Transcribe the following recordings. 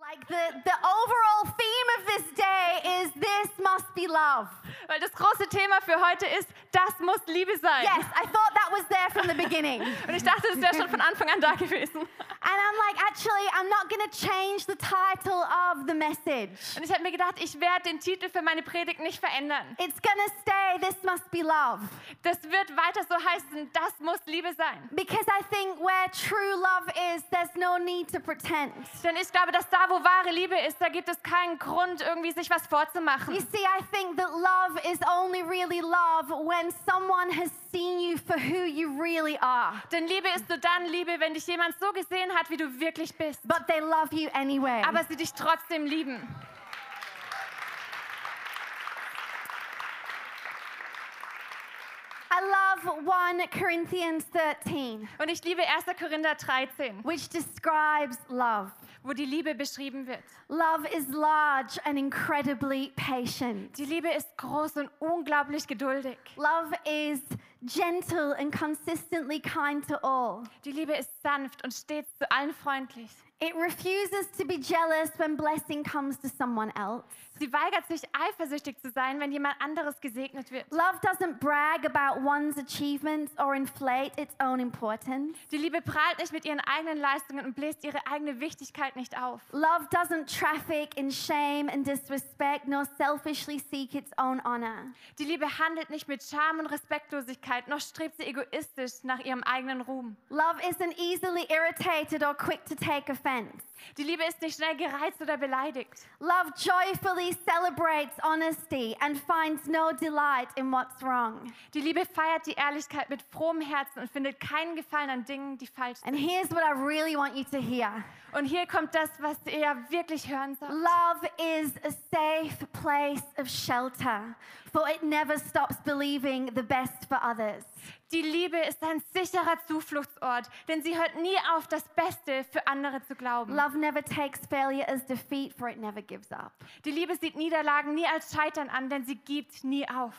Like the, the overall theme of this day is this must be love. Weil das große Thema für heute ist, das muss Liebe sein. Yes, I thought that was there from the beginning. and Und ich dachte, das wäre schon von Anfang an da gewesen. I'm like, actually, I'm not going to change the title of the message. Und ich habe mir gedacht, ich werde den Titel für meine Predigt nicht verändern. It's going to stay this must be love Das wird weiter so heißen, das muss Liebe sein. because I think where true love is, there's no need to pretend. Denn ich glaube, dass da, wo wahre Liebe ist, da gibt es keinen Grund, irgendwie sich was You vorzumachen. see, I think that love is only really love when someone has seen you for who you really are, Denn Liebe ist nur dann Liebe, wenn dich jemand so gesehen hat, wie du wirklich bist. but they love you anyway. Aber sie dich trotzdem lieben. I love 1 Corinthians 13, Und ich liebe 1. Korinther 13, which describes love. wo die Liebe beschrieben wird. Love is large and incredibly patient. Die Liebe ist groß und unglaublich geduldig. Love is gentle and consistently kind to all. Die Liebe ist sanft und stets zu allen freundlich. It refuses to be jealous when blessing comes to someone else. Sie weigert sich, eifersüchtig zu sein, wenn jemand anderes gesegnet wird. Love doesn't brag about one's achievements or inflate its own importance. Die Liebe prahlt nicht mit ihren eigenen Leistungen und bläst ihre eigene Wichtigkeit nicht auf. Love doesn't traffic in shame and disrespect nor selfishly seek its own honor. Die Liebe handelt nicht mit Scham und Respektlosigkeit, noch strebt sie egoistisch nach ihrem eigenen Ruhm. Love isn't easily irritated or quick to take offense. Die Liebe ist nicht schnell gereizt oder beleidigt. Love joyfully celebrates honesty and finds no delight in what's wrong. Die Liebe feiert die Ehrlichkeit mit frohem Herzen und findet keinen Gefallen an Dingen, die falsch sind. And here's what I really want you to hear Und hier kommt das, was ihr ja wirklich hören sollt. love is a safe place of shelter, for it never stops believing the best for others. Die Liebe ist ein sicherer Zufluchtsort, denn sie hört nie auf, das Beste für andere zu glauben. Love never takes failure as defeat, for it never gives up. Die Liebe sieht Niederlagen nie als Scheitern an, denn sie gibt nie auf.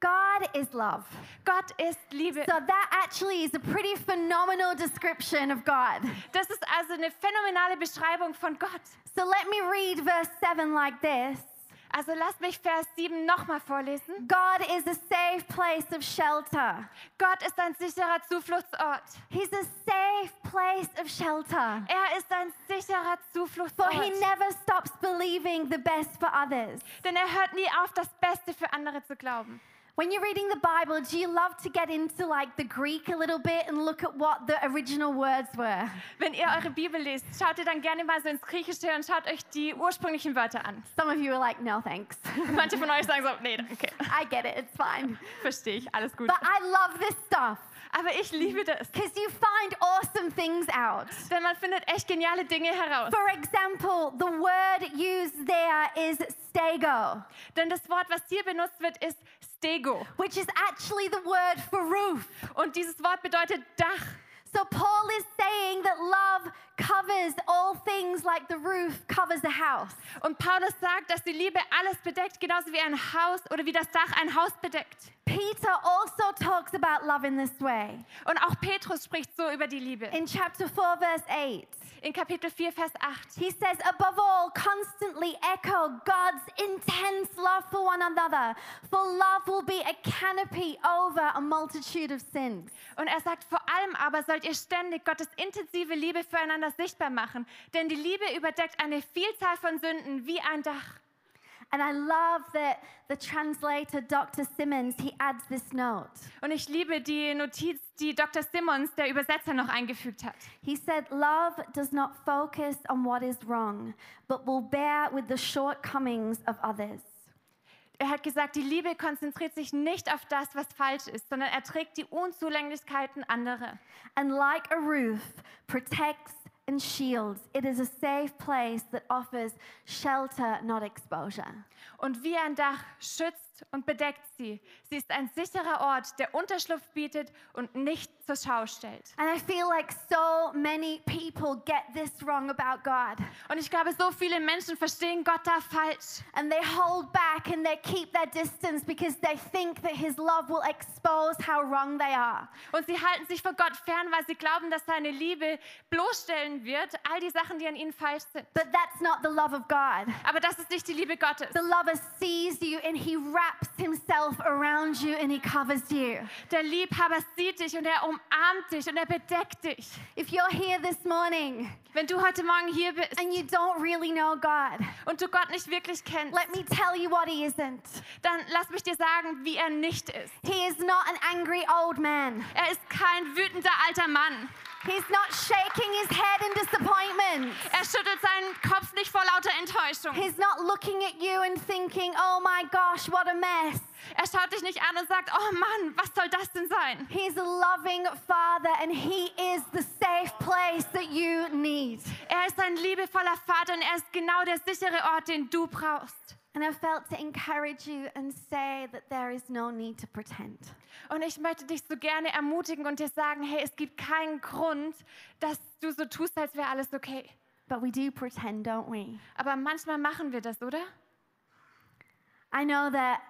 God is love. Gott ist Liebe. So that actually is a pretty phenomenal description of God. Das ist also eine phänomenale Beschreibung von Gott. So let me read verse 7 like this. Also lasst mich Vers 7 nochmal vorlesen. God is a safe place of shelter. Gott ist ein sicherer Zufluchtsort. He's a safe place of shelter. Er ist ein sicherer For he Zufluchtsort. never stops believing the best for others. Denn er hört nie auf, das Beste für andere zu glauben. When you're reading the Bible, do you love to get into like the Greek a little bit and look at what the original words were? Wenn ihr eure Bibel lest, schaut ihr dann gerne mal so ins Griechische und schaut euch die ursprünglichen Wörter an. Some of you are like, no, thanks. Manche von euch sagen so, nee, okay, I get it, it's fine. verstehe ich, alles gut. But I love this stuff Aber ich liebe das, because you find awesome things out. denn man findet echt geniale Dinge heraus. For example, the word used there is stego, Denn das Wort, was hier benutzt wird, ist Stego. which is actually the word for roof. Und dieses Wort bedeutet Dach. So Paul is saying that love covers all things like the roof covers a house. Und Paulus sagt, dass die Liebe alles bedeckt, genauso wie ein Haus oder wie das Dach ein Haus bedeckt. Peter also talks about love in this way. Und auch Petrus spricht so über die Liebe. In chapter 4 verse 8, In Kapitel 4, Vers 8. he says, "Above all, constantly echo God's intense love for one another, for love will be a canopy over a multitude of sins." Und er sagt, vor allem aber sollt ihr ständig Gottes intensive Liebe füreinander sichtbar machen, denn die Liebe überdeckt eine Vielzahl von Sünden wie ein Dach. And I love that the translator, Dr. Simmons, he adds this note. Und ich liebe die Notiz, die Dr. Simmons, der Übersetzer, noch eingefügt hat. He said, Love does not focus on what is wrong, but will bear with the shortcomings of others. Er hat gesagt, die Liebe konzentriert sich nicht auf das, was falsch ist, sondern erträgt die Unzulänglichkeiten anderer. And like a roof, protects and shields. It is a safe place that offers shelter, not exposure. Und wie ein Dach schützt und bedeckt sie. Sie ist ein sicherer Ort, der Unterschlupf bietet und nicht zur Schau stellt. And I feel like so many people get this wrong about God. Und ich glaube, so viele Menschen verstehen Gott da falsch. And they hold back and they keep their distance because they think that His love will expose how wrong they are. Und sie halten sich vor Gott fern, weil sie glauben, dass seine Liebe bloßstellen erfüllen wird, all die Sachen, die an ihnen falsch sind. But that's not the love of God. Aber das ist nicht die Liebe Gottes. The lover sees you and he wraps himself around you and he covers you. Der Liebhaber sieht dich und er umarmt dich und er bedeckt dich. If you're here this morning Wenn du heute Morgen hier bist and you don't really know God, und du Gott nicht wirklich kennst, let me tell you what he isn't. dann lass mich dir sagen, wie er nicht ist. He is not an angry old man. Er ist kein wütender alter Mann. He's not shaking his head in disappointment. Er schüttelt seinen Kopf nicht vor lauter Enttäuschung. He's not looking at you and thinking, oh my gosh, what a mess. Er schaut dich nicht an und sagt, oh Mann, was soll das denn sein? He's a loving father and he is the safe place that you need. Er ist ein liebevoller Vater und er ist genau der sichere Ort, den du brauchst. And I felt to encourage you and say that there is no need to pretend. Und ich möchte dich so gerne ermutigen und dir sagen, hey, es gibt keinen Grund, dass du so tust, als wäre alles okay. But we do pretend, don't we? Aber manchmal machen wir das, oder? I know that,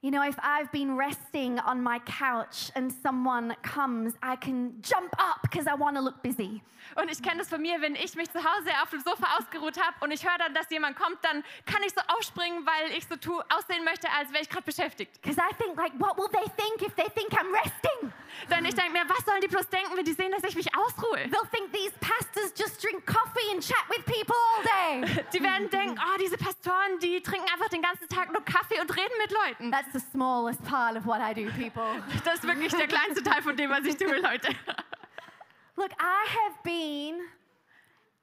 you know, if I've been resting on my couch and someone comes, I can jump up because I want to look busy. Und ich kenne das von mir, wenn ich mich zu Hause auf dem Sofa ausgeruht habe und ich höre dann, dass jemand kommt, dann kann ich so aufspringen, weil ich so tu, aussehen möchte, als wäre ich gerade beschäftigt. Because I think, like, what will they think if they think I'm resting? Denn ich denke mir, was sollen die bloß denken, wenn die sehen, dass ich mich ausruhe? They'll think these pastors just drink coffee and chat with people all day. Die werden denken, oh, diese Pastoren, die trinken einfach den ganzen Tag nur Kaffee und reden mit Leuten. That's the smallest part of what I do, people. Das ist wirklich der kleinste Teil von dem, was ich tue, Leute. Look, I have been,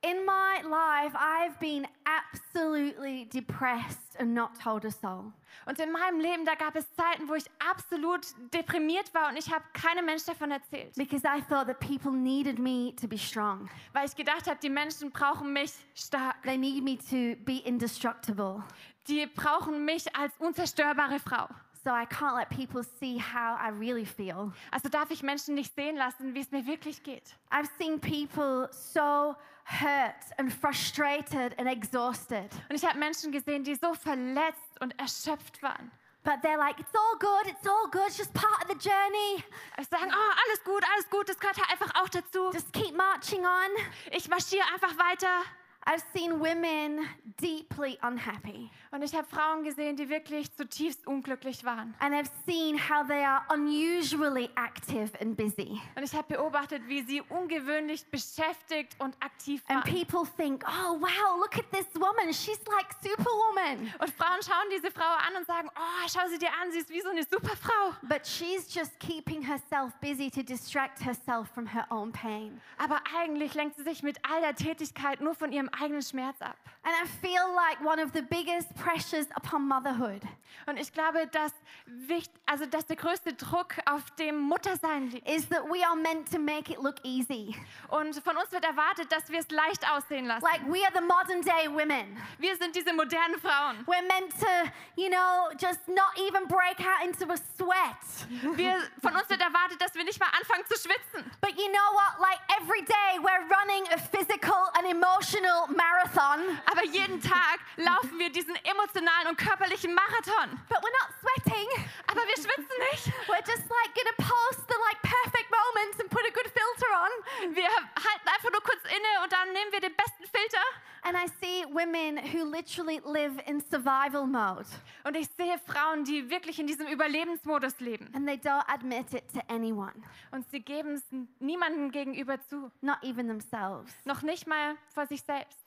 in my life, I've been absolutely depressed and not told a soul. Und in meinem Leben, da gab es Zeiten, wo ich absolut deprimiert war und ich habe keinem Mensch davon erzählt, Because I thought that people needed me to be strong. weil ich gedacht habe, die Menschen brauchen mich stark. They need me to be indestructible. Die brauchen mich als unzerstörbare Frau. So I can't let people see how I really feel. Also darf ich Menschen nicht sehen lassen, wie es mir wirklich geht. I've seen people so hurt and frustrated and exhausted, Und ich habe Menschen gesehen, die so verletzt und erschöpft waren. but they're like, it's all good, it's all good, it's just part of the journey. Ich sage, oh, alles gut, alles gut, das gehört halt einfach auch dazu. Just keep marching on. Ich marschiere einfach weiter. I've seen women deeply unhappy, Und ich habe Frauen gesehen, die wirklich zutiefst unglücklich waren. and I've seen how they are unusually active and busy. Und ich habe beobachtet, wie sie ungewöhnlich beschäftigt und aktiv And waren. people think, oh, wow, look at this woman. She's like Superwoman. Und Frauen schauen diese Frau an und sagen, oh, schau sie dir an, sie ist wie so eine Superfrau. But she's just keeping herself busy to distract herself from her own pain. Aber eigentlich lenkt sie sich mit all der Tätigkeit nur von ihrem eigenen Schmerz ab. And I feel like one of the biggest pressures upon motherhood Und ich glaube, dass, wicht, also dass der größte Druck auf dem Muttersein liegt. is that we are meant to make it look easy. Und von uns wird erwartet, dass wir es leicht aussehen lassen. Like we are the modern day women. Wir sind diese modernen Frauen. We're meant to, you know, just not even break out into a sweat. Wir, von uns wird erwartet, dass wir nicht mal anfangen zu schwitzen. But you know what? Like every day we're running a physical and emotional marathon, Aber jeden Tag laufen wir diesen emotionalen und körperlichen Marathon. but we're not sweating. Aber wir schwitzen We're just like gonna post the like perfect moments and put a good filter on. nicht. Wir halten einfach nur kurz inne und dann nehmen wir den besten Filter. And I see women who literally live in survival mode Und ich sehe Frauen, die wirklich in diesem Überlebensmodus leben. and they don't admit it to anyone, Und sie geben es niemandem gegenüber zu. not even themselves. Noch nicht mal vor sich selbst.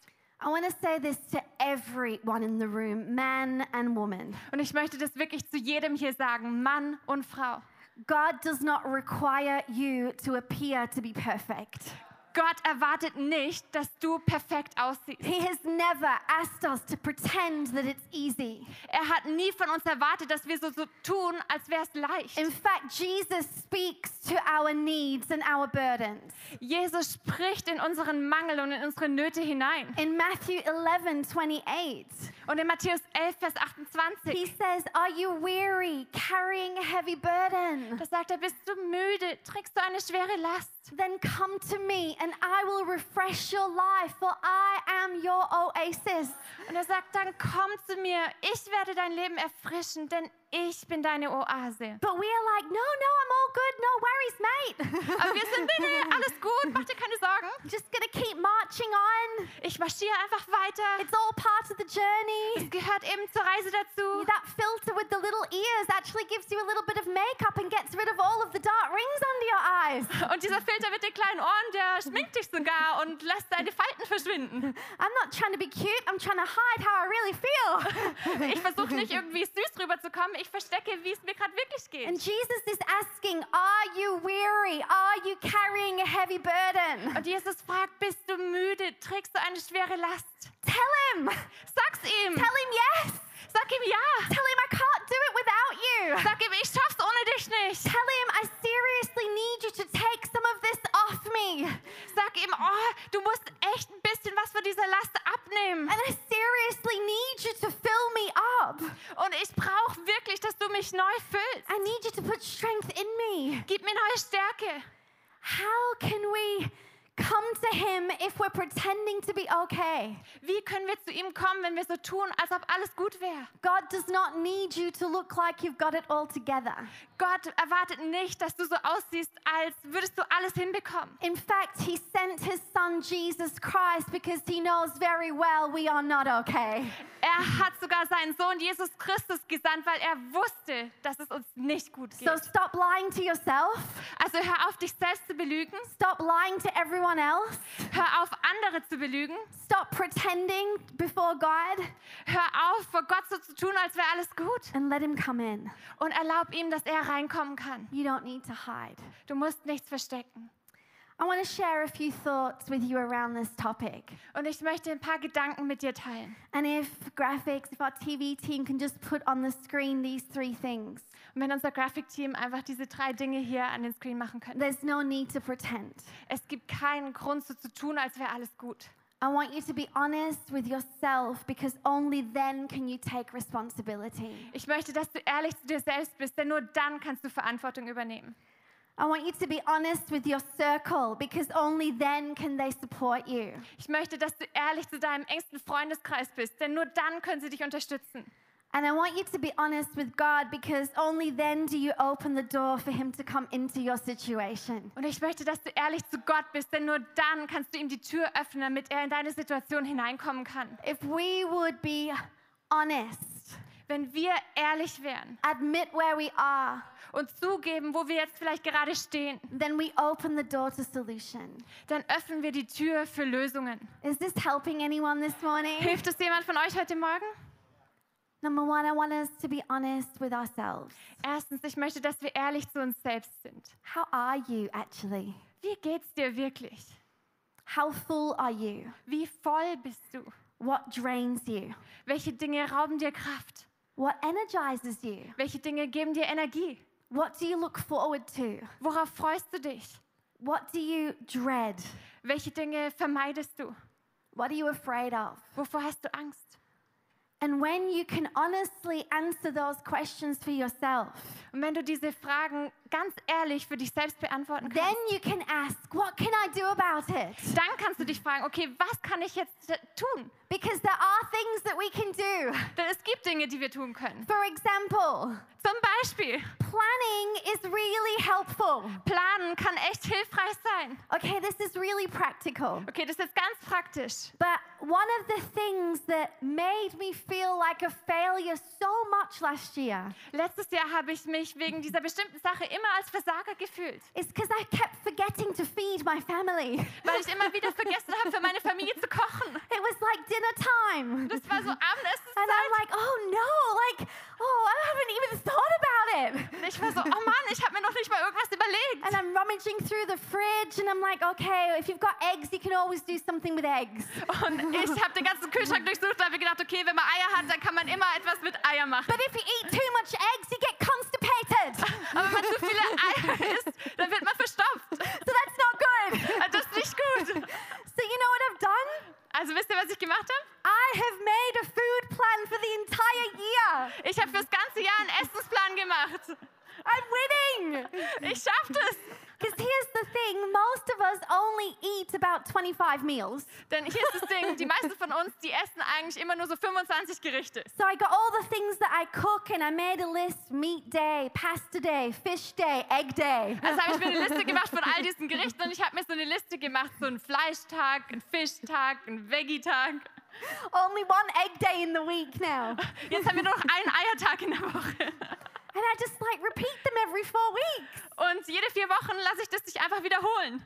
I wanna say this to everyone in the room, man and woman. Und ich möchte das wirklich zu jedem hier sagen, Mann und Frau. God does not require you to appear to be perfect. Gott erwartet nicht, dass du perfekt aussiehst. He has never asked us to pretend that it's easy. Er hat nie von uns erwartet, dass wir so, so tun, als wäre es leicht. In fact, Jesus speaks to our needs and our burdens. Jesus spricht in unseren Mangel und in unsere Nöte hinein. In Matthew 11, 28, Und in Matthäus 11, Vers he 28, says, Are you weary, carrying a heavy burden? da sagt er, bist du müde, trägst du eine schwere Last? hast, then come to me and I will refresh your life, for I am your oasis. und er sagt, dann komm zu mir, ich werde dein Leben erfrischen, denn ich bin deine Oase. But we are like, no, no, I'm all good. No worries, mate. Aber wir sind bitte, alles gut, mach dir keine Sorgen. Just going to keep marching on. Ich marschiere einfach weiter. It's all part of the journey. Es gehört eben zur Reise dazu. That filter with the little ears actually gives you a little bit of makeup and gets rid of all of the dark rings under your eyes. Und dieser Filter mit den kleinen Ohren, der schminkt dich sogar und lässt deine Falten verschwinden. I'm not trying to be cute, I'm trying to hide how I really feel. Ich versuche nicht irgendwie süß rüberzukommen. Ich verstecke, wie es mir gerade wirklich And geht. Jesus is asking, Are you weary? Are you carrying a heavy burden? Und Jesus fragt, bist du müde? Trägst du eine schwere Last? Tell him. Sag's ihm. Tell him yes. Sag ihm ja. Tell him I can't do it without you. Sag ihm, ich schaff's ohne dich nicht. Tell him I seriously need you to take some of this off me. Sag ihm, oh, du musst echt ein bisschen was von dieser Last abnehmen. And I seriously need you to fill me up. Und ich brauche wirklich, dass du mich neu füllst. I need you to put strength in me. Gib mir neue Stärke. How can we come to him if we're pretending to be okay? Wie können wir zu ihm kommen, wenn wir so tun, als ob alles gut wäre? God does not need you to look like you've got it all together. Gott erwartet nicht, dass du so aussiehst, als würdest du alles hinbekommen. In fact, he sent his son Jesus Christ because he knows very well we are not okay. Er hat sogar seinen Sohn Jesus Christus gesandt, weil er wusste, dass es uns nicht gut geht. So stop lying to yourself. Also hör auf, dich selbst zu belügen. Stop lying to everyone else. Hör auf, andere zu belügen. Stop pretending before God Hör auf, vor Gott so zu tun, als wäre alles gut. and let him come in. Und erlaub ihm, dass er reinkommen kann. You don't need to hide. Du musst nichts verstecken. I want to share a few thoughts with you around this topic. Und ich möchte ein paar Gedanken mit dir teilen. And if graphics, if our TV team can just put on the screen these three things, Und wenn unser Grafikteam einfach diese drei Dinge hier an den Screen machen könnte. there's no need to pretend. Es gibt keinen Grund, so zu tun, als wäre alles gut. I want you to be honest with yourself because only then can you take responsibility. Ich möchte, dass du ehrlich zu dir selbst bist, denn nur dann kannst du Verantwortung übernehmen. I want you to be honest with your circle because only then can they support you. Ich möchte, dass du ehrlich zu deinem engsten Freundeskreis bist, denn nur dann können sie dich unterstützen. And I want you to be honest with God because only then do you open the door for Him to come into your situation. Und ich möchte, dass du ehrlich zu Gott bist, denn nur dann kannst du ihm die Tür öffnen, damit er in deine Situation hineinkommen kann. If we would be honest, Wenn wir ehrlich wären admit where we are, und zugeben, wo wir jetzt vielleicht gerade stehen, then we open the door to solution. dann öffnen wir die Tür für Lösungen. Is this helping anyone this morning? Hilft es jemand von euch heute Morgen? Number one, I want us to be honest with ourselves. Erstens, ich möchte, dass wir ehrlich zu uns selbst sind. How are you actually? Wie geht's dir wirklich? How full are you? Wie voll bist du? What drains you? Welche Dinge rauben dir Kraft? What energizes you? Welche Dinge geben dir Energie? What do you look forward to? Worauf freust du dich? What do you dread? Welche Dinge vermeidest du? What are you afraid of? Wovor hast du Angst? And when you can honestly answer those questions for yourself, Und wenn du diese Fragen ganz ehrlich für dich selbst beantworten then kannst, you can ask, What can I do about it? dann kannst du dich fragen, okay, was kann ich jetzt da- tun? Because there are things that we can do. Denn es gibt Dinge, die wir tun können. For example, Zum Beispiel, planning is really helpful. planen kann echt hilfreich sein. Okay, this is really practical. Okay, das ist jetzt ganz praktisch. But one of the things that made me feel like a failure so much last year Letztes Jahr habe ich mich wegen dieser bestimmten Sache immer als Versager gefühlt. is because I kept forgetting to feed my family. weil ich immer wieder vergessen habe, für meine Familie zu kochen. It was like dinner time. Das war so And Abendessenszeit. I'm like, oh no, like, oh, I haven't even thought about it. Und ich war so, oh Mann, ich habe mir noch nicht mal irgendwas überlegt. And I'm rummaging through the fridge and I'm like, okay, if you've got eggs, you can always do something with eggs. Und ich habe den ganzen Kühlschrank durchsucht und habe gedacht, okay, wenn man Eier hat, dann kann man immer etwas mit Eier machen. But if you eat too much eggs, you get constipated. Aber wenn man zu viele Eier isst, dann wird man verstopft. So that's not good. Und Das ist nicht gut. So you know what I've done? Also wisst ihr, was ich gemacht habe? I have made a food plan for the entire year. Ich habe fürs ganze Jahr einen Essensplan gemacht. I'm winning. Ich schaff das. Because here's the thing most us only eat about 25 meals. Denn hier ist das Ding, die meisten von uns, die essen eigentlich immer nur so 25 Gerichte. So I got all the things that I cook and I made a list meat day, pasta day, fish day, egg day. Also habe ich mir eine Liste gemacht von all diesen Gerichten und ich habe mir so eine Liste gemacht, so einen Fleischtag, einen Fischtag, einen Veggie-Tag. Only one egg day in the week now. And Jetzt haben wir nur noch einen Eiertag in der Woche. I just like repeat them every four weeks. Und jede vier Wochen lasse ich das sich einfach wiederholen.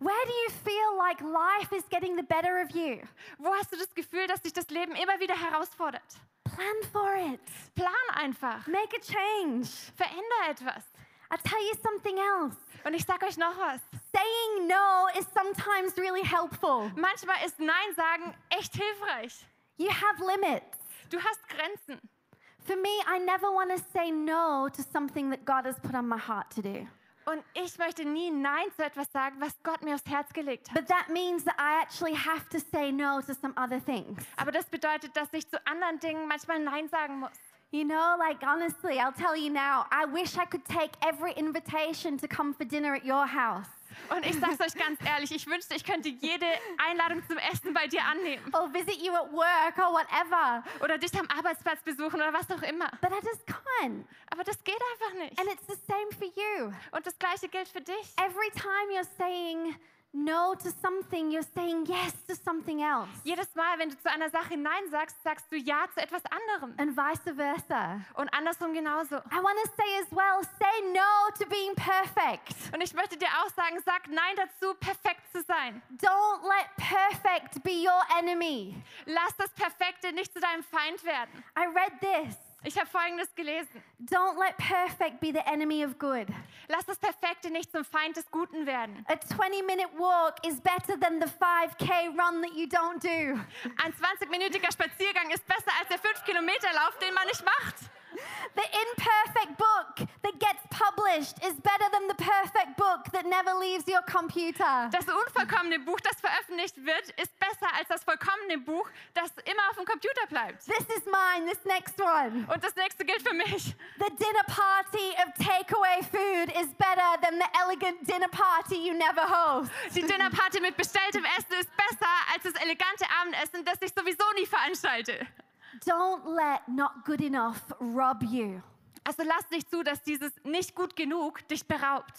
Where do you feel like life is getting the better of you? Wo hast du das Gefühl, dass dich das Leben immer wieder herausfordert? Plan for it. Plan einfach. Make a change. Veränder etwas. I'll tell you something else. Und ich sage euch noch was. Saying no is sometimes really helpful. Manchmal ist Nein sagen echt hilfreich. You have limits. Du hast Grenzen. For me, I never want to say no to something that God has put on my heart to do. Und ich möchte nie Nein zu etwas sagen, was Gott mir aufs Herz gelegt hat. But that means that I actually have to say no to some other things. Aber das bedeutet, dass ich zu anderen Dingen manchmal Nein sagen muss. You know, like honestly, I'll tell you now, I wish I could take every invitation to come for dinner at your house Und ich sag's euch ganz ehrlich, ich wünschte, ich könnte jede Einladung zum Essen bei dir annehmen or visit you at work or whatever. oder dich am Arbeitsplatz besuchen oder was auch immer. But I just can't. Aber das geht einfach nicht. And it's the same for you. Und das gleiche gilt für dich. Every time you're saying no to something, you're saying yes to something else, Jedes Mal, wenn du zu einer Sache Nein sagst, sagst du Ja zu etwas anderem. and vice versa. Und andersrum genauso. I want to say as well say no to being perfect. Und ich möchte dir auch sagen, sag Nein dazu, perfekt zu sein. Don't let perfect be your enemy. Lass das Perfekte nicht zu deinem Feind werden. I read this. Ich habe Folgendes gelesen. Don't let perfect be the enemy of good. Lass das Perfekte nicht zum Feind des Guten werden. A 20 minute walk is better than the 5K run that you don't do. Ein 20-minütiger Spaziergang ist besser als der 5-Kilometer-Lauf, den man nicht macht. The imperfect book that gets published is better than the perfect book that never leaves your computer. Das unvollkommene Buch, das veröffentlicht wird, ist besser als das vollkommene Buch, das immer auf dem Computer bleibt. This is mine, this next one. Und das nächste gilt für mich. The dinner party of takeaway food is better than the elegant dinner party you never host. Die Dinnerparty mit bestelltem Essen ist besser als das elegante Abendessen, das ich sowieso nie veranstalte. Don't let not good enough rob you. Also lass nicht zu, dass dieses nicht gut genug dich beraubt.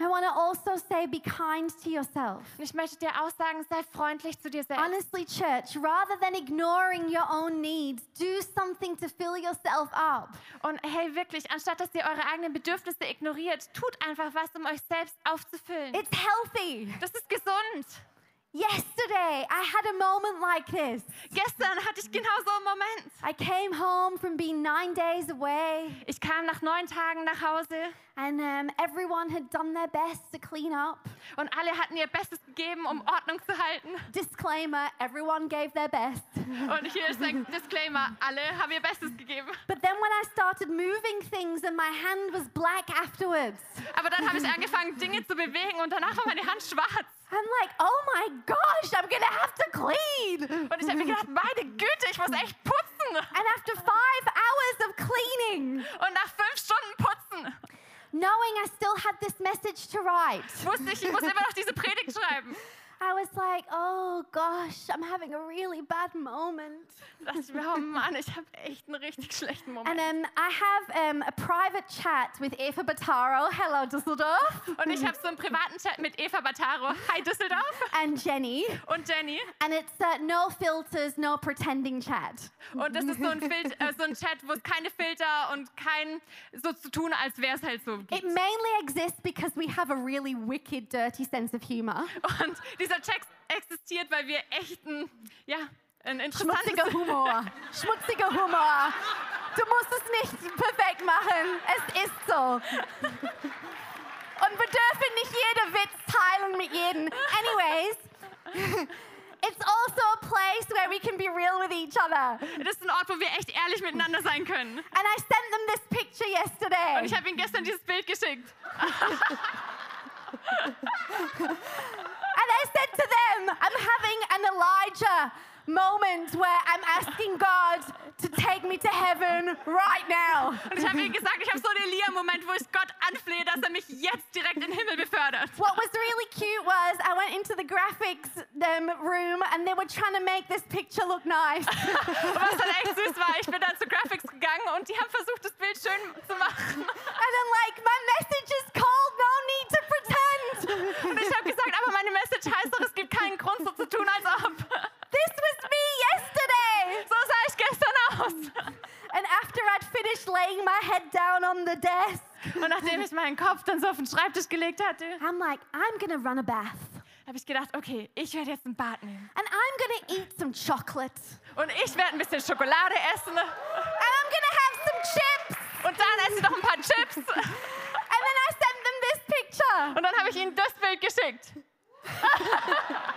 I want to also say be kind to yourself. Und ich möchte dir auch sagen, sei freundlich zu dir selbst. Honestly, church, rather than ignoring your own needs, do something to fill yourself up. Und hey, wirklich, anstatt dass ihr eure eigenen Bedürfnisse ignoriert, tut einfach was, um euch selbst aufzufüllen. It's healthy. Das ist gesund. Yesterday, I had a moment like this. Gestern hatte ich genau so einen Moment. I came home from being nine days away, Ich kam nach neun Tagen nach Hause and um, everyone had done their best to clean up. und alle hatten ihr Bestes gegeben, um Ordnung zu halten. Disclaimer everyone gave their best. Und hier ist ein Disclaimer, alle haben ihr Bestes gegeben. But then when I started moving things and my hand was black afterwards, Aber dann habe ich angefangen, Dinge zu bewegen und danach war meine Hand schwarz. I'm like, oh my gosh, I'm gonna have to clean. Und ich habe mir gedacht, meine Güte, ich muss echt putzen. And after five hours of cleaning, Und nach fünf Stunden putzen knowing I still had this message to write, wusste ich, ich muss immer noch diese Predigt schreiben. I was like, oh gosh, I'm having a really bad moment. Da dachte ich mir, oh Mann, ich habe echt einen richtig schlechten Moment. And um, I have um, a private chat with Eva Bataro, hello Dusseldorf, Und ich habe so einen privaten Chat mit Eva Bataro, hi Düsseldorf, and Jenny. und Jenny. And it's uh, no filters, no pretending chat. Und das ist so ein, Filter, äh, so ein Chat, wo es keine Filter und kein so zu tun, als wäre es halt so. It Gibt. mainly exists because we have a really wicked, dirty sense of humor. Und dieser Chat existiert, weil wir echten, ja, ein Schmutziger interessantes... Humor. Schmutziger Humor. Du musst es nicht perfekt machen. Es ist so. Und wir dürfen nicht jede Witz teilen mit jedem. Anyways, it's also a place where we can be real with each other. Das ist ein Ort, wo wir echt ehrlich miteinander sein können. And I sent them this picture Und yesterday. ich habe ihm gestern dieses Bild geschickt. And I said to them, I'm having an Elijah moment where I'm asking God to take me to heaven right now. Und ich habe ihr gesagt, ich habe so einen Elia-Moment, wo ich Gott anflehe, dass er mich jetzt direkt in den Himmel befördert. What was really cute was I went into the graphics um, room and they were trying to make this picture look nice. Und was dann echt süß war, ich bin dann zu Graphics gegangen und die haben versucht, das Bild schön zu And machen. I'm like, my message is cold, no need to pretend. Und ich habe gesagt, aber meine Message heißt doch, es gibt keinen Grund, so zu tun, als ob. This was me yesterday. So sah ich gestern aus. And after I'd finished laying my head down on the desk, Und nachdem ich meinen Kopf dann so auf den Schreibtisch gelegt hatte, I'm like, I'm gonna run a bath. habe ich gedacht, okay, ich werde jetzt ein Bad nehmen. And I'm gonna eat some chocolate. Und ich werde ein bisschen Schokolade essen. And I'm gonna have some chips. Und dann esse ich noch ein paar Chips. Und And then I sent them this picture. dann habe ich ihnen das Bild geschickt.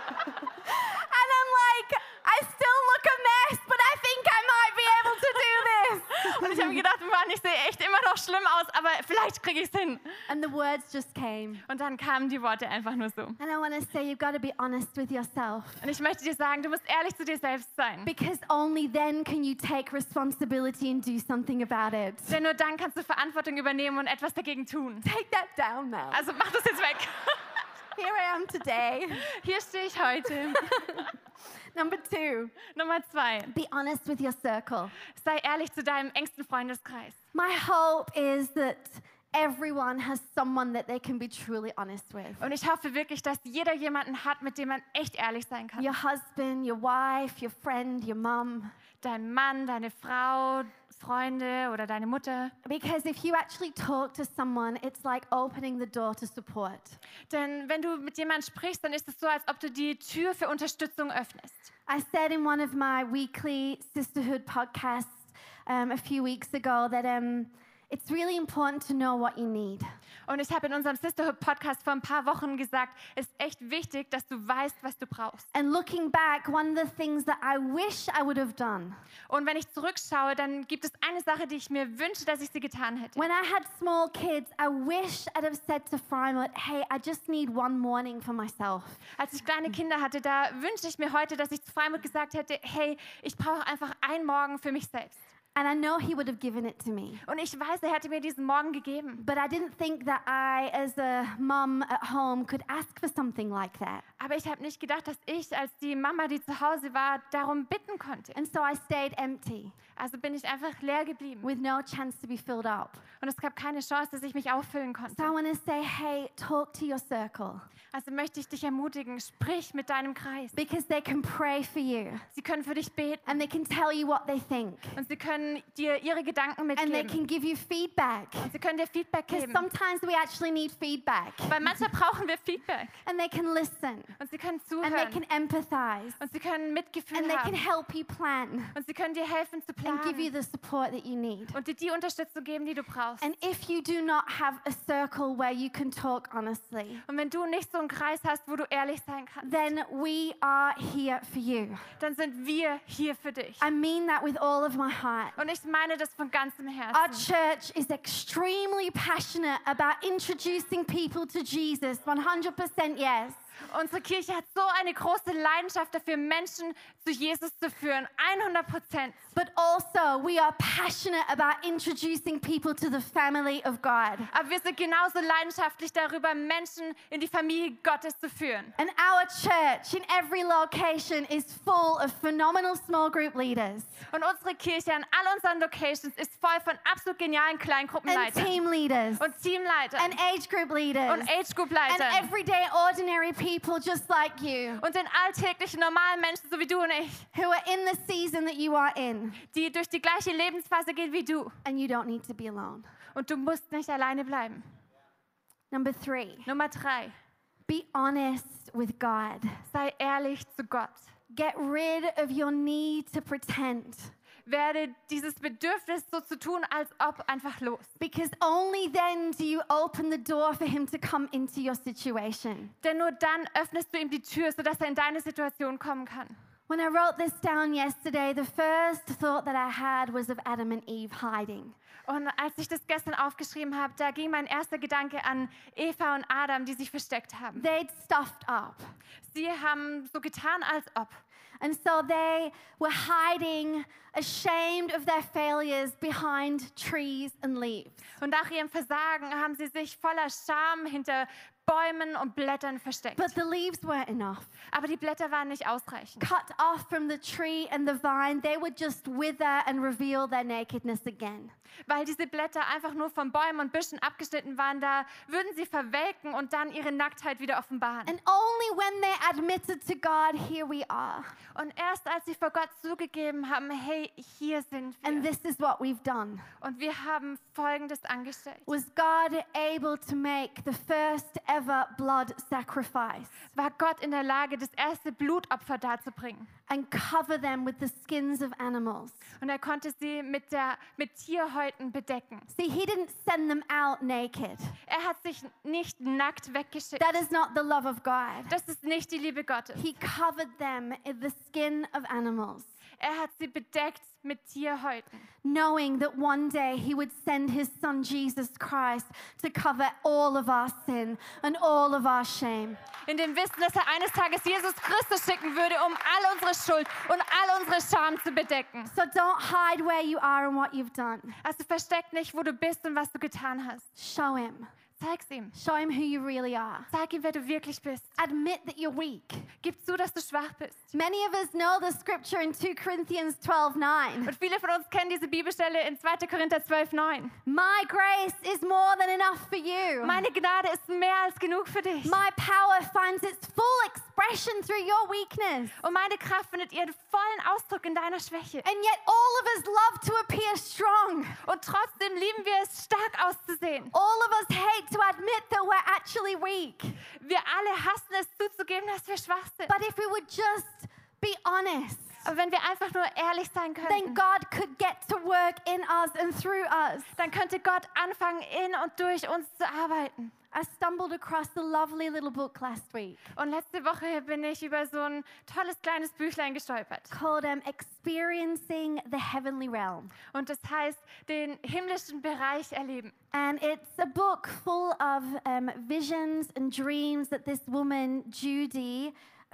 And I'm like, I still look a mess, but I think I might be able to do this. Und ich habe gedacht, Mann, ich sehe echt immer noch schlimm aus, aber vielleicht kriege ich es hin. And the words just came. Und dann kamen die Worte einfach nur so. Und And I wanna say, you've gotta be honest with yourself. ich möchte dir sagen, du musst ehrlich zu dir selbst sein. Because only then can you take responsibility and do something about it. Denn nur dann kannst du Verantwortung übernehmen und etwas dagegen tun. Take that down now. Also mach das jetzt weg. Here I am today. Hier stehe ich heute. Number two, Nummer zwei. be honest with your circle. Sei ehrlich zu deinem engsten Freundeskreis. My hope is that everyone has someone that they can be truly honest with. Und ich hoffe wirklich, dass jeder jemanden hat, mit dem man echt ehrlich sein kann. Your husband, your wife, your friend, your mum. Dein Mann, deine Frau, Freunde oder deine Mutter. Because if you actually talk to someone, it's like opening the door to support. Denn wenn du mit jemandem sprichst, dann ist es so, als ob du die Tür für Unterstützung öffnest. I said in one of my weekly sisterhood podcasts um, a few weeks ago that um, it's really important to know what you need. Und ich habe in unserem Sisterhood-Podcast vor ein paar Wochen gesagt, es ist echt wichtig, dass du weißt, was du brauchst. And looking back, one of the things that I wish I would have done Und wenn ich zurückschaue, dann gibt es eine Sache, die ich mir wünsche, dass ich sie getan hätte. when I had small kids, I wish I'd have said to Frymut, hey, I just need one morning for myself. Als ich kleine Kinder hatte, da wünsche ich mir heute, dass ich zu Freimut gesagt hätte, hey, ich brauche einfach einen Morgen für mich selbst. And I know he would have given it to me. Und ich weiß, er hätte mir diesen Morgen gegeben. But I didn't think that I, as a mum at home, could ask for something like that. Aber ich habe nicht gedacht, dass ich als die Mama, die zu Hause war, darum bitten konnte. And so I stayed empty Also bin ich einfach leer geblieben. with no chance to be filled up. Und es gab keine Chance, dass ich mich auffüllen konnte. So I want to say, hey, talk to your circle Also möchte ich dich ermutigen, sprich mit deinem Kreis. because they can pray for you Sie können für dich beten and they can tell you what they think und sie können dir ihre Gedanken and they can mitgeben. give you feedback. Sie können dir Feedback Because geben. sometimes we actually need feedback Weil manchmal brauchen wir Feedback. and they can listen Und sie können and they can zuhören. empathize Und sie können Mitgefühl and they can haben. help you plan Und sie können dir helfen zu and give you the planen support that you need. und dir die Unterstützung geben, die du brauchst. And if you do not have a circle where you can talk honestly, Und wenn du nicht so einen Kreis hast, wo du ehrlich sein kannst, then we are here for you. dann sind wir hier für dich. I mean that with all of my heart. Und ich meine das von ganzem Our Herzen. church is extremely passionate about introducing people to Jesus. 100% yes. Unsere Kirche hat so eine große Leidenschaft dafür, Menschen zu Jesus zu führen. 100 Prozent. But also, we are passionate about introducing people to the family of God. Aber wir sind genauso leidenschaftlich darüber, Menschen in die Familie Gottes zu führen. And our church in every location is full of phenomenal small group leaders Und unsere Kirche an all unseren Locations ist voll von absolut genialen and Kleingruppenleitern team leaders und Teamleitern and age group leaders und Age Group and Leitern everyday ordinary people just like you und den alltäglichen normalen Menschen, so wie du und ich, who are in the season that you are in. die durch die gleiche Lebensphase gehen wie du. And you don't need to be alone. Und du musst nicht alleine bleiben. Number three, Nummer drei, be honest with God. sei ehrlich zu Gott. Get rid of your need to pretend Werde dieses Bedürfnis so zu tun, als ob einfach los. because only then do you open the door for Him to come into your situation. Denn nur dann öffnest du ihm die Tür, sodass er in deine Situation kommen kann. When I wrote this down yesterday, the first thought that I had was of Adam and Eve hiding. Und als ich das gestern aufgeschrieben habe, da ging mein erster Gedanke an Eva und Adam, die sich versteckt haben. They'd stuffed up. Sie haben so getan, als ob. And so they were hiding, ashamed of their failures, behind trees and leaves. Und nach ihrem Versagen haben sie sich voller Scham hinter Bäumen und Blättern versteckt. But the leaves weren't enough. Aber die Blätter waren nicht ausreichend. Cut off from the tree and the vine, they would just wither and reveal their nakedness again. Weil diese Blätter einfach nur von Bäumen und Büschen abgeschnitten waren, da würden sie verwelken und dann ihre Nacktheit wieder offenbaren. And only when they admitted to God, here we are. Und erst als sie vor Gott zugegeben haben, hey, hier sind And wir. this is what we've done. Und wir haben Folgendes angestellt. Was God able to make the first ever blood sacrifice War Gott in der Lage, das erste Blutopfer darzubringen. and cover them with the skins of animals? Und er konnte sie mit, der, mit Tierhäuten bedecken. See, He didn't send them out naked. Er hat sich nicht nackt weggeschickt. That is not the love of God. Das ist nicht die Liebe Gottes. He covered them in the skin of animals, Er hat sie bedeckt mit Tierhäuten. knowing that one day He would send His Son Jesus Christ to cover all of our sin and all of our shame. In dem Wissen, dass er eines Tages Jesus Christus schicken würde, um all unsere Schuld und all unsere Scham zu bedecken. So don't hide where you are and what you've done. Also versteck nicht, wo du bist und was du getan hast. Show Him. Zeig's ihm. Show Him who you really are. Zeig ihm, wer du wirklich bist. Admit that you're weak. Gib zu, dass du schwach bist. Many of us know the scripture in 2 Corinthians 12 9. Und viele von uns kennen diese Bibelstelle in 2. Korinther 12, 9. My grace is more than enough for you. My, Meine Gnade ist mehr als genug für dich. power finds its full expression through your weakness. Und meine Kraft findet ihren vollen Ausdruck in deiner Schwäche. And yet, all of us love to appear strong. Und trotzdem lieben wir es, stark auszusehen. All of us hate to admit that we're actually weak. Wir alle hassen es, zuzugeben, dass wir schwach sind. But if we would just be honest, Aber wenn wir einfach nur ehrlich sein then könnten, God could get to work in us and through us. dann könnte Gott anfangen, in und durch uns zu arbeiten. I stumbled across a lovely little book last week Und letzte Woche bin ich über so ein tolles kleines Büchlein gestolpert. called um, Experiencing the Heavenly Realm. Und das heißt, den himmlischen Bereich erleben. And it's a book full of um, visions and dreams that this woman, Judy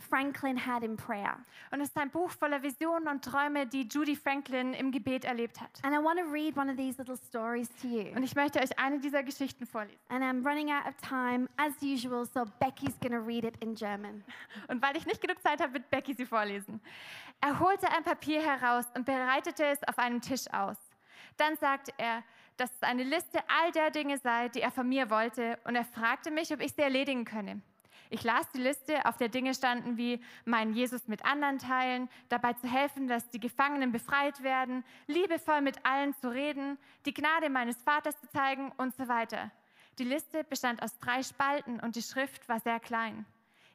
Franklin, had in prayer. Und es ist ein Buch voller Visionen und Träume, die Judy Franklin im Gebet erlebt hat. And I want to read one of these little stories to you. Und ich möchte euch eine dieser Geschichten vorlesen. And I'm running out of time as usual, so Becky's going to read it in German. Und weil ich nicht genug Zeit habe, wird Becky sie vorlesen. Er holte ein Papier heraus und bereitete es auf einem Tisch aus. Dann sagte er, dass es eine Liste all der Dinge sei, die er von mir wollte, und er fragte mich, ob ich sie erledigen könne. Ich las die Liste, auf der Dinge standen wie meinen Jesus mit anderen teilen, dabei zu helfen, dass die Gefangenen befreit werden, liebevoll mit allen zu reden, die Gnade meines Vaters zu zeigen und so weiter. Die Liste bestand aus drei Spalten und die Schrift war sehr klein.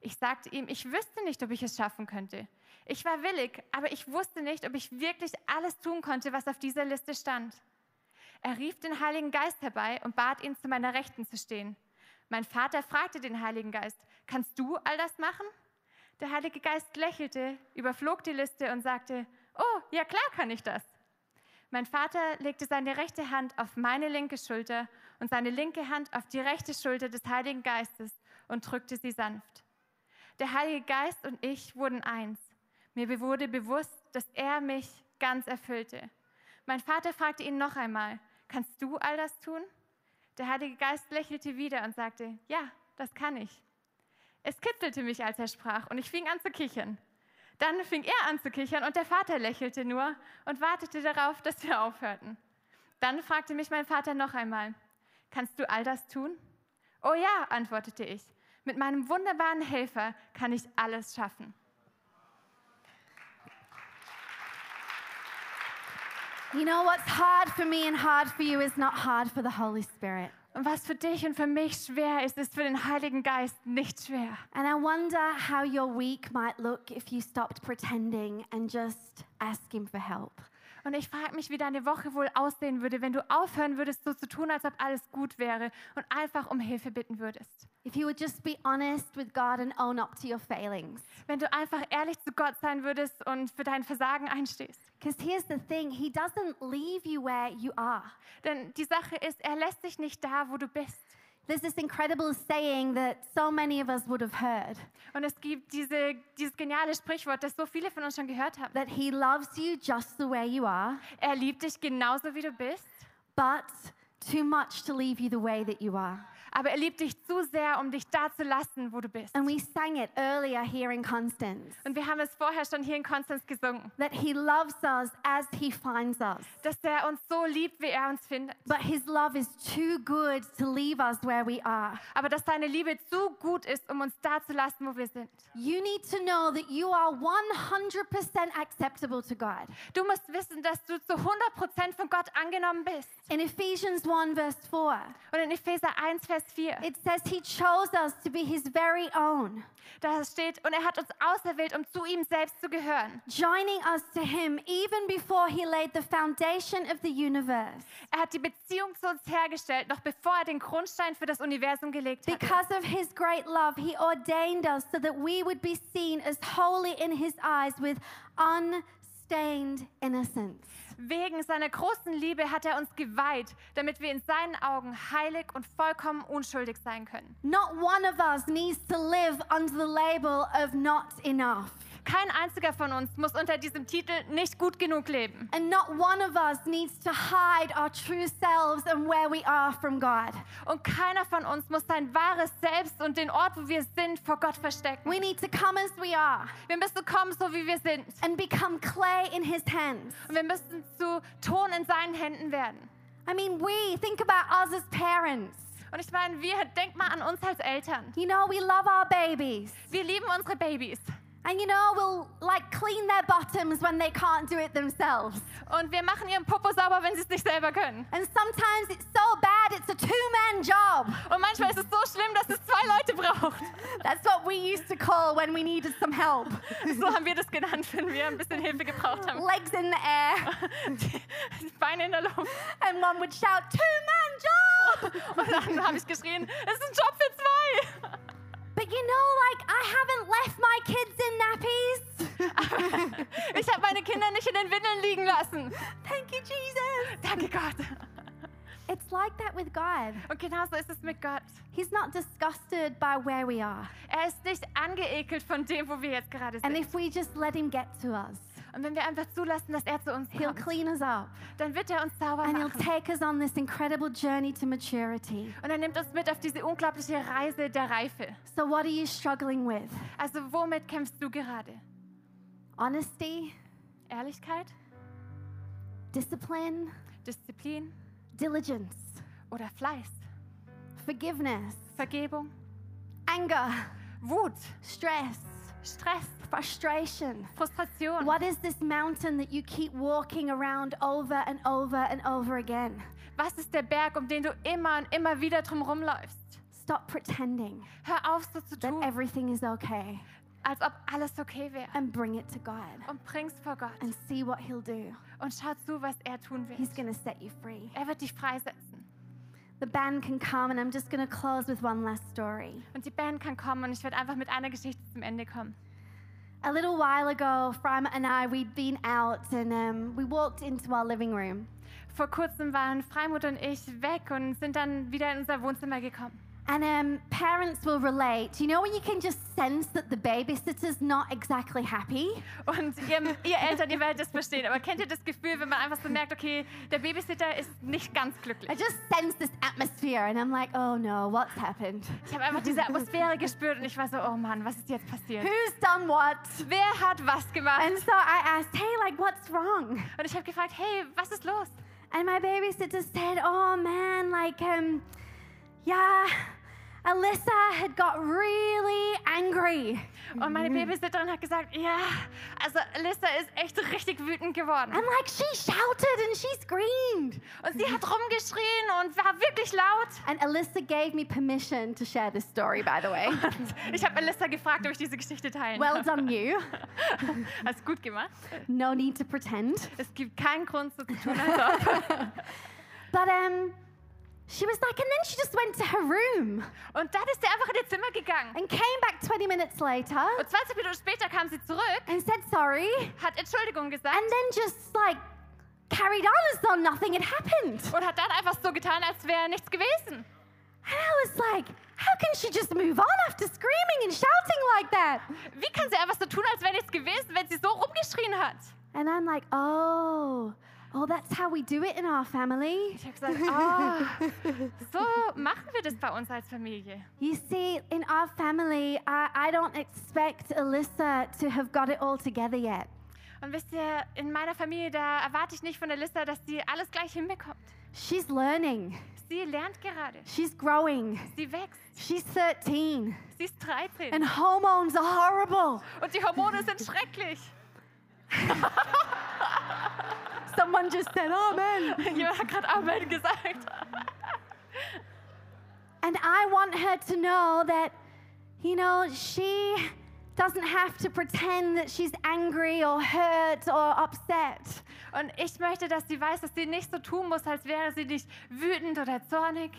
Ich sagte ihm, ich wüsste nicht, ob ich es schaffen könnte. Ich war willig, aber ich wusste nicht, ob ich wirklich alles tun konnte, was auf dieser Liste stand. Er rief den Heiligen Geist herbei und bat ihn, zu meiner Rechten zu stehen. Mein Vater fragte den Heiligen Geist, kannst du all das machen? Der Heilige Geist lächelte, überflog die Liste und sagte, oh, ja klar kann ich das. Mein Vater legte seine rechte Hand auf meine linke Schulter und seine linke Hand auf die rechte Schulter des Heiligen Geistes und drückte sie sanft. Der Heilige Geist und ich wurden eins. Mir wurde bewusst, dass er mich ganz erfüllte. Mein Vater fragte ihn noch einmal, kannst du all das tun? Der Heilige Geist lächelte wieder und sagte, ja, das kann ich. Es kitzelte mich, als er sprach, und ich fing an zu kichern. Dann fing er an zu kichern und der Vater lächelte nur und wartete darauf, dass wir aufhörten. Dann fragte mich mein Vater noch einmal, kannst du all das tun? Oh ja, antwortete ich, mit meinem wunderbaren Helfer kann ich alles schaffen. You know what's hard for me and hard for you is not hard for the Holy Spirit. Und was für dich und für mich schwer ist, ist für den Heiligen Geist nicht schwer. And I wonder how your week might look if you stopped pretending and just ask Him for help. Und ich frage mich, wie deine Woche wohl aussehen würde, wenn du aufhören würdest, so zu tun, als ob alles gut wäre und einfach um Hilfe bitten würdest. If you would just be honest with God and own up to your failings. Wenn du einfach ehrlich zu Gott sein würdest und für dein Versagen einstehst. Because here's the thing He doesn't leave you where you are. Denn die Sache ist, er lässt dich nicht da, wo du bist. There's this incredible saying that so many of us would have heard Und es gibt diese, dieses geniale Sprichwort, das so viele von uns schon gehört haben. that He loves you just the way you are, Er liebt dich genauso, wie du bist, but too much to leave you the way that you are. aber er liebt dich zu sehr, um dich da zu lassen, wo du bist. And we sang it earlier here in Constance Und wir haben es vorher schon hier in Konstanz gesungen, that He loves us as He finds us, dass er uns so liebt, wie er uns findet, but His love is too good to leave us where we are. aber dass seine Liebe zu gut ist, um uns da zu lassen, wo wir sind. You need to know that you are 100% acceptable to God. Du musst wissen, dass du zu 100% von Gott angenommen bist. In Ephesians 1, verse 4, Und in Epheser 1, Vers 4, it says He chose us to be His very own, da steht, und er hat uns auserwählt, um zu ihm selbst zu gehören. joining us to Him even before He laid the foundation of the universe. Er hat die Beziehung zu uns hergestellt, noch bevor er den Grundstein für das Universum gelegt hat. Because of His great love, He ordained us so that we would be seen as holy in His eyes with unstained innocence. Wegen seiner großen Liebe hat er uns geweiht, damit wir in seinen Augen heilig und vollkommen unschuldig sein können. Not one of us needs to live under the label of not enough. Kein einziger von uns muss unter diesem Titel nicht gut genug leben. And not one of us needs to hide our true selves and where we are from God. Und keiner von uns muss sein wahres Selbst und den Ort, wo wir sind, vor Gott verstecken. We need to come as we are Wir müssen kommen, so wie wir sind. and become clay in His hands. Und wir müssen zu Ton in seinen Händen werden. I mean, we think about us as parents. Und ich meine, wir, denk mal an uns als Eltern. You know, we love our babies. Wir lieben unsere Babys. And you know, we'll like clean their bottoms when they can't do it themselves. Und wir machen ihren Popo sauber, wenn sie es nicht selber können. And sometimes it's so bad, it's a two man job. Und manchmal ist es so schlimm, dass es zwei Leute braucht. That's what we used to call when we needed some help So haben wir das genannt, wenn wir ein bisschen Hilfe gebraucht haben. legs in the air. Die, die Beine in der Luft. And mom would shout, two man job! Und dann habe ich geschrien, es ist ein Job für zwei. But you know, like, I haven't left my kids in nappies. Ich habe meine Kinder nicht in den Windeln liegen lassen. Thank you, Jesus. Danke Gott. It's like that with God. Und genauso ist es mit Gott. He's not disgusted by where we are. Er ist nicht angeekelt von dem, wo wir jetzt gerade And sind. if we just let Him get to us, Und wenn wir einfach zulassen, dass er zu uns He'll kommt, clean us up dann wird er uns sauber and He'll machen. take us on this incredible journey to maturity. Und er nimmt uns mit auf diese unglaubliche Reise der Reife. So, what are you struggling with? Also womit kämpfst du gerade? Honesty, Ehrlichkeit? discipline, Disziplin? diligence, Oder Fleiß? forgiveness, Vergebung? anger, Wut? stress, Stress? frustration. Frustration? What is this mountain that you keep walking around over and over and over again? Was ist der Berg, um den du immer und immer wieder drum rumläufst? Stop pretending Hör auf, so zu that tun, everything is okay als ob alles okay wäre. and bring it to God Und bring's vor Gott and see what He'll do. und schau zu, was er tun He's wird. going to set you free. Er wird dich freisetzen. The band can come, and I'm just going to close with one last story. Und die Band kann kommen und ich werde einfach mit einer Geschichte zum Ende kommen. A little while ago, Frima and I, we'd been out and um, we walked into our living room. Vor kurzem waren Freimut und ich weg und sind dann wieder in unser Wohnzimmer gekommen. And um, parents will relate. You know when you can just sense that the babysitter's not exactly happy? Und ihr, ihr Eltern, ihr werdet das verstehen, aber kennt ihr das Gefühl, wenn man einfach so merkt, okay, der Babysitter ist nicht ganz glücklich? I just sense this atmosphere, and I'm like, oh no, what's happened? Ich habe einfach diese Atmosphäre gespürt und ich war so, oh Mann, was ist jetzt passiert? Who's done what? Wer hat was gemacht? And so I asked, hey, like, what's wrong? Und ich habe gefragt, hey, was ist los? And my babysitter said, oh man, like, um, yeah, Alyssa had got really angry. Und meine Babysitterin hat gesagt, ja, also Alyssa ist echt richtig wütend geworden. And like, she shouted and she screamed. Und sie hat rumgeschrien und war wirklich laut. And Alyssa gave me permission to share this story, by the way. Ich habe Alyssa gefragt, ob ich diese Geschichte teilen well darf. done, you. Hast gut gemacht. No need to pretend. Es gibt keinen Grund, so zu tun, als ob. But, um, she was like, and then she just went to her room Und dann ist sie einfach in ihr Zimmer gegangen. and came back 20 minutes later Und 20 Minuten später kam sie zurück, and said sorry, and hat Entschuldigung gesagt then just like carried on as though nothing had happened. und hat dann einfach so getan, als wäre nichts gewesen. And I was like, how can she just move on after screaming and shouting like that? Wie kann sie einfach so tun, als wäre nichts gewesen, wenn sie so rumgeschrien hat? And I'm like, oh, oh, that's how we do it in our family. Ich habe gesagt, oh, so machen wir das bei uns als Familie. You see, in our family, I, I don't expect Alyssa to have got it all together yet. Und wisst ihr, in meiner Familie, da erwarte ich nicht von der Lista, dass sie alles gleich hinbekommt. She's learning, Sie lernt gerade. she's growing, Sie wächst. she's 13, Sie ist 13. and hormones are horrible. Und die Hormone sind schrecklich. Someone just said, Amen. Jemand hat gerade Amen gesagt. And I want her to know that, you know, she doesn't have to pretend that she's angry or hurt or upset. Und ich möchte, dass sie weiß, dass sie nicht so tun muss, als wäre sie nicht wütend oder zornig.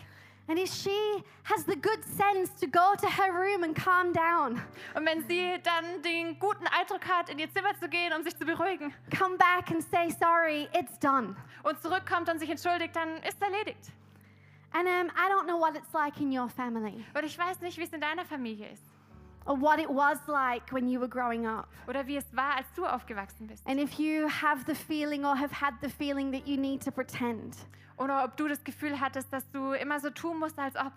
And if she has the good sense to go to her room and calm down, Und wenn sie dann den guten Eindruck hat, in ihr Zimmer zu gehen, um sich zu beruhigen come back and say sorry, it's done. und zurückkommt und sich entschuldigt, dann ist erledigt. And um, I don't know what it's like in your family Und ich weiß nicht, wie es in deiner Familie ist or what it was like when you were growing up. oder wie es war, als du aufgewachsen bist. And if you have the feeling or have had the feeling that you need to pretend, Oder ob du das Gefühl hattest, dass du immer so tun musst, als ob.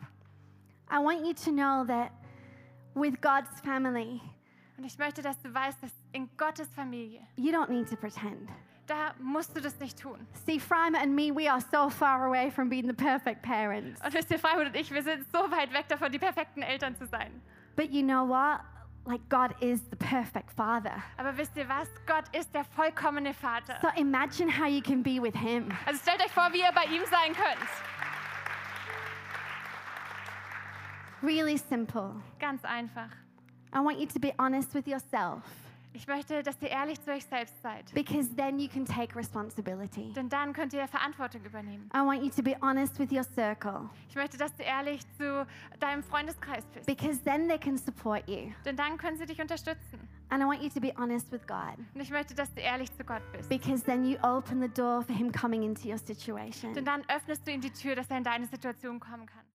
I want you to know that with God's family, Und ich möchte, dass du weißt, dass in Gottes Familie, you don't need to pretend. da musst du das nicht tun. See, Frima and me, we are so far away from being the perfect parents. Und wisst ihr, Freihut und ich, wir sind so weit weg davon, die perfekten Eltern zu sein. But you know what? Like, God is the perfect father. Aber wisst ihr was? Gott ist der vollkommene Vater. So imagine how you can be with Him. Also stellt euch vor, wie ihr bei ihm sein könnt. Really simple. Ganz einfach. I want you to be honest with yourself Ich möchte, dass ihr ehrlich zu euch selbst seid. because then you can take responsibility. Denn dann könnt ihr Verantwortung übernehmen. I want you to be honest with your circle Ich möchte, dass du ehrlich zu deinem Freundeskreis bist. because then they can support you. Denn dann können sie dich unterstützen. And I want you to be honest with God Und ich möchte, dass du ehrlich zu Gott bist. because then you open the door for Him coming into your Denn situation. dann öffnest du ihm die Tür, dass er in deine Situation kommen kann.